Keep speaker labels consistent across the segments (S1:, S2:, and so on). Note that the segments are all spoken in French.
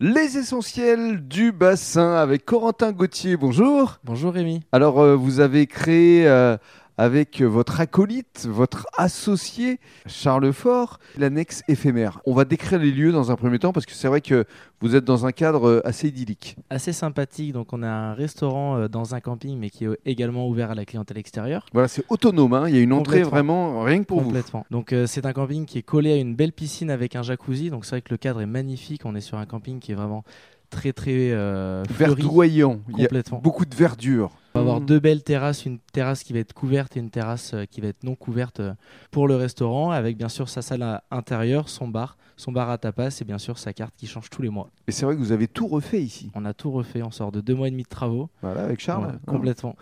S1: Les essentiels du bassin avec Corentin Gauthier. Bonjour.
S2: Bonjour Rémi.
S1: Alors, euh, vous avez créé euh, avec votre acolyte, votre associé Charles Fort, l'annexe éphémère. On va décrire les lieux dans un premier temps parce que c'est vrai que vous êtes dans un cadre euh, assez idyllique.
S2: Assez sympathique, donc on a un restaurant euh, dans un camping mais qui est également ouvert à la clientèle extérieure.
S1: Voilà, c'est autonome. hein. Il y a une entrée
S2: Complètement.
S1: vraiment rien que pour vous.
S2: complètement. Donc euh, c'est un camping qui est collé à une belle piscine avec un jacuzzi, donc c'est vrai que le cadre est magnifique, on est sur un camping qui est vraiment très très euh, fleuri,
S1: Verdoyant. Il y a
S2: complètement.
S1: beaucoup de verdure.
S2: On va avoir deux belles terrasses, une terrasse qui va être couverte et une terrasse euh, qui va être non couverte euh, pour le restaurant, avec bien sûr sa salle à- intérieure, son bar, son bar à tapas et bien sûr sa carte qui change tous les mois.
S1: Et c'est vrai que vous avez tout refait ici.
S2: On a tout refait, on sort de deux mois et demi de travaux.
S1: Voilà, avec
S2: Ouais,
S1: Charles. Hein. Non.
S2: complètement.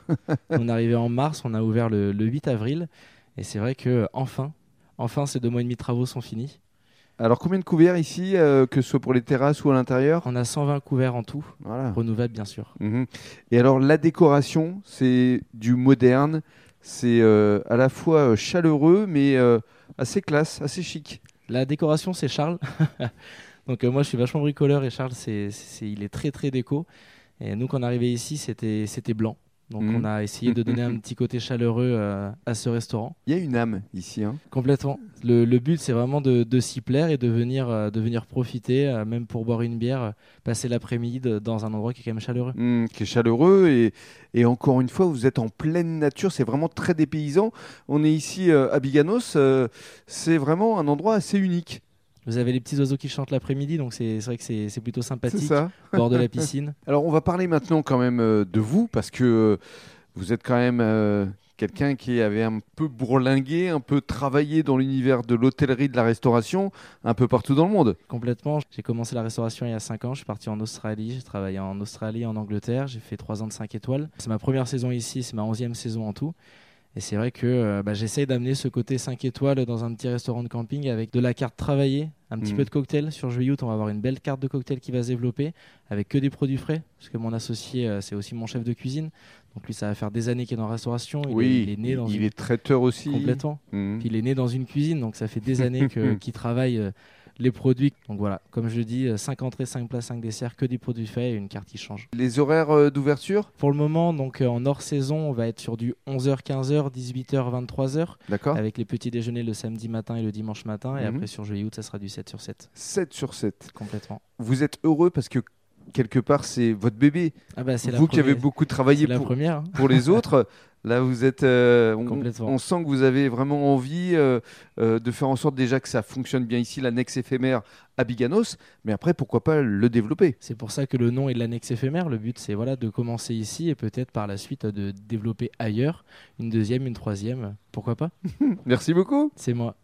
S2: on est arrivé en mars, on a ouvert le, le 8 avril. Et c'est vrai que euh, enfin, enfin ces deux mois et demi de travaux sont finis.
S1: Alors, combien de couverts ici, euh, que ce soit pour les terrasses ou à l'intérieur
S2: On a 120 couverts en tout,
S1: Voilà.
S2: renouvelables bien sûr.
S1: Mhm. Et alors la décoration, c'est du moderne, c'est euh, à la fois euh, chaleureux mais euh, assez classe, assez chic.
S2: La décoration, c'est Charles. Donc euh, moi, je suis vachement bricoleur et Charles, c'est, c'est- il est très très déco. Et nous, quand on est arrivé ici, c'était, c'était blanc. Donc
S1: Mhm.
S2: on a essayé de donner un petit côté chaleureux euh, à ce restaurant.
S1: Il y a une âme ici. hein.
S2: Complètement. Le, le but, c'est vraiment de, de s'y plaire et de venir, euh, de venir profiter, euh, même pour boire une bière, euh, passer l'après-midi de- dans un endroit qui est quand même chaleureux.
S1: Mm, qui est chaleureux et, et encore une fois vous êtes en pleine nature, c'est vraiment très dépaysant. On est ici euh, à Biganos, euh, c'est vraiment un endroit assez unique.
S2: Vous avez les petits oiseaux qui chantent l'après-midi, donc c'est c'est vrai que c'est c'est plutôt
S1: C'est
S2: sympathique,
S1: ça.
S2: bord de la piscine.
S1: Alors on va parler maintenant quand même euh, de vous parce que euh, vous êtes quand même euh, quelqu'un qui avait un peu bourlingué, un peu travaillé dans l'univers de l'hôtellerie, de la restauration, un peu partout dans le monde.
S2: Complètement. J'ai commencé la restauration il y a 5 ans, je suis parti en Australie, j'ai travaillé en Australie, en Angleterre, j'ai fait 3 ans de 5 étoiles. C'est ma première saison ici, c'est ma 11e saison en tout. Et c'est vrai que euh, bah, j'essaye d'amener ce côté 5 étoiles dans un petit restaurant de camping avec de la carte travaillée, un petit
S1: Mhm.
S2: peu de cocktail. Sur Juillet, on va avoir une belle carte de cocktail qui va se développer avec que des produits frais, parce que mon associé, euh, c'est aussi mon chef de cuisine. Donc lui, ça va faire des années qu'il est en restauration. Il, est, il est né dans
S1: il
S2: une...
S1: est traiteur aussi.
S2: Complètement.
S1: Mhm.
S2: Puis il est né dans une cuisine, donc ça fait des années que- qu'il travaille euh, les produits. Donc voilà, comme je le dis, euh, 5 entrées, 5 plats, 5 desserts, que des produits faits et une carte qui change.
S1: Les horaires euh, d'ouverture,
S2: Pour le moment, donc euh, en hors saison, on va être sur du 11h, 15h, 18h, 23h,
S1: d'accord
S2: avec les petits déjeuners le samedi matin et le dimanche matin. Et
S1: Ah. Mhm.
S2: après, sur juillet août, ça sera du 7 sur 7,
S1: 7 sur 7.
S2: complètement.
S1: Vous êtes heureux parce que quelque part c'est votre bébé.
S2: Ah bah, c'est la
S1: Vous qui avez
S2: première-
S1: beaucoup
S2: c'est
S1: travaillé
S2: la
S1: pour,
S2: première. hein.
S1: pour les autres. Là, vous êtes. euh, on,
S2: Complètement.
S1: on sent que vous avez vraiment envie euh, euh, de faire en sorte déjà que ça fonctionne bien ici, l'annexe éphémère à Biganos. Mais après, pourquoi pas le développer
S2: C'est pour ça que le nom est de l'annexe éphémère. Le but, c'est voilà, de commencer ici et peut-être par la suite euh, de développer ailleurs une deuxième, une troisième. Pourquoi pas
S1: Merci beaucoup.
S2: C'est moi.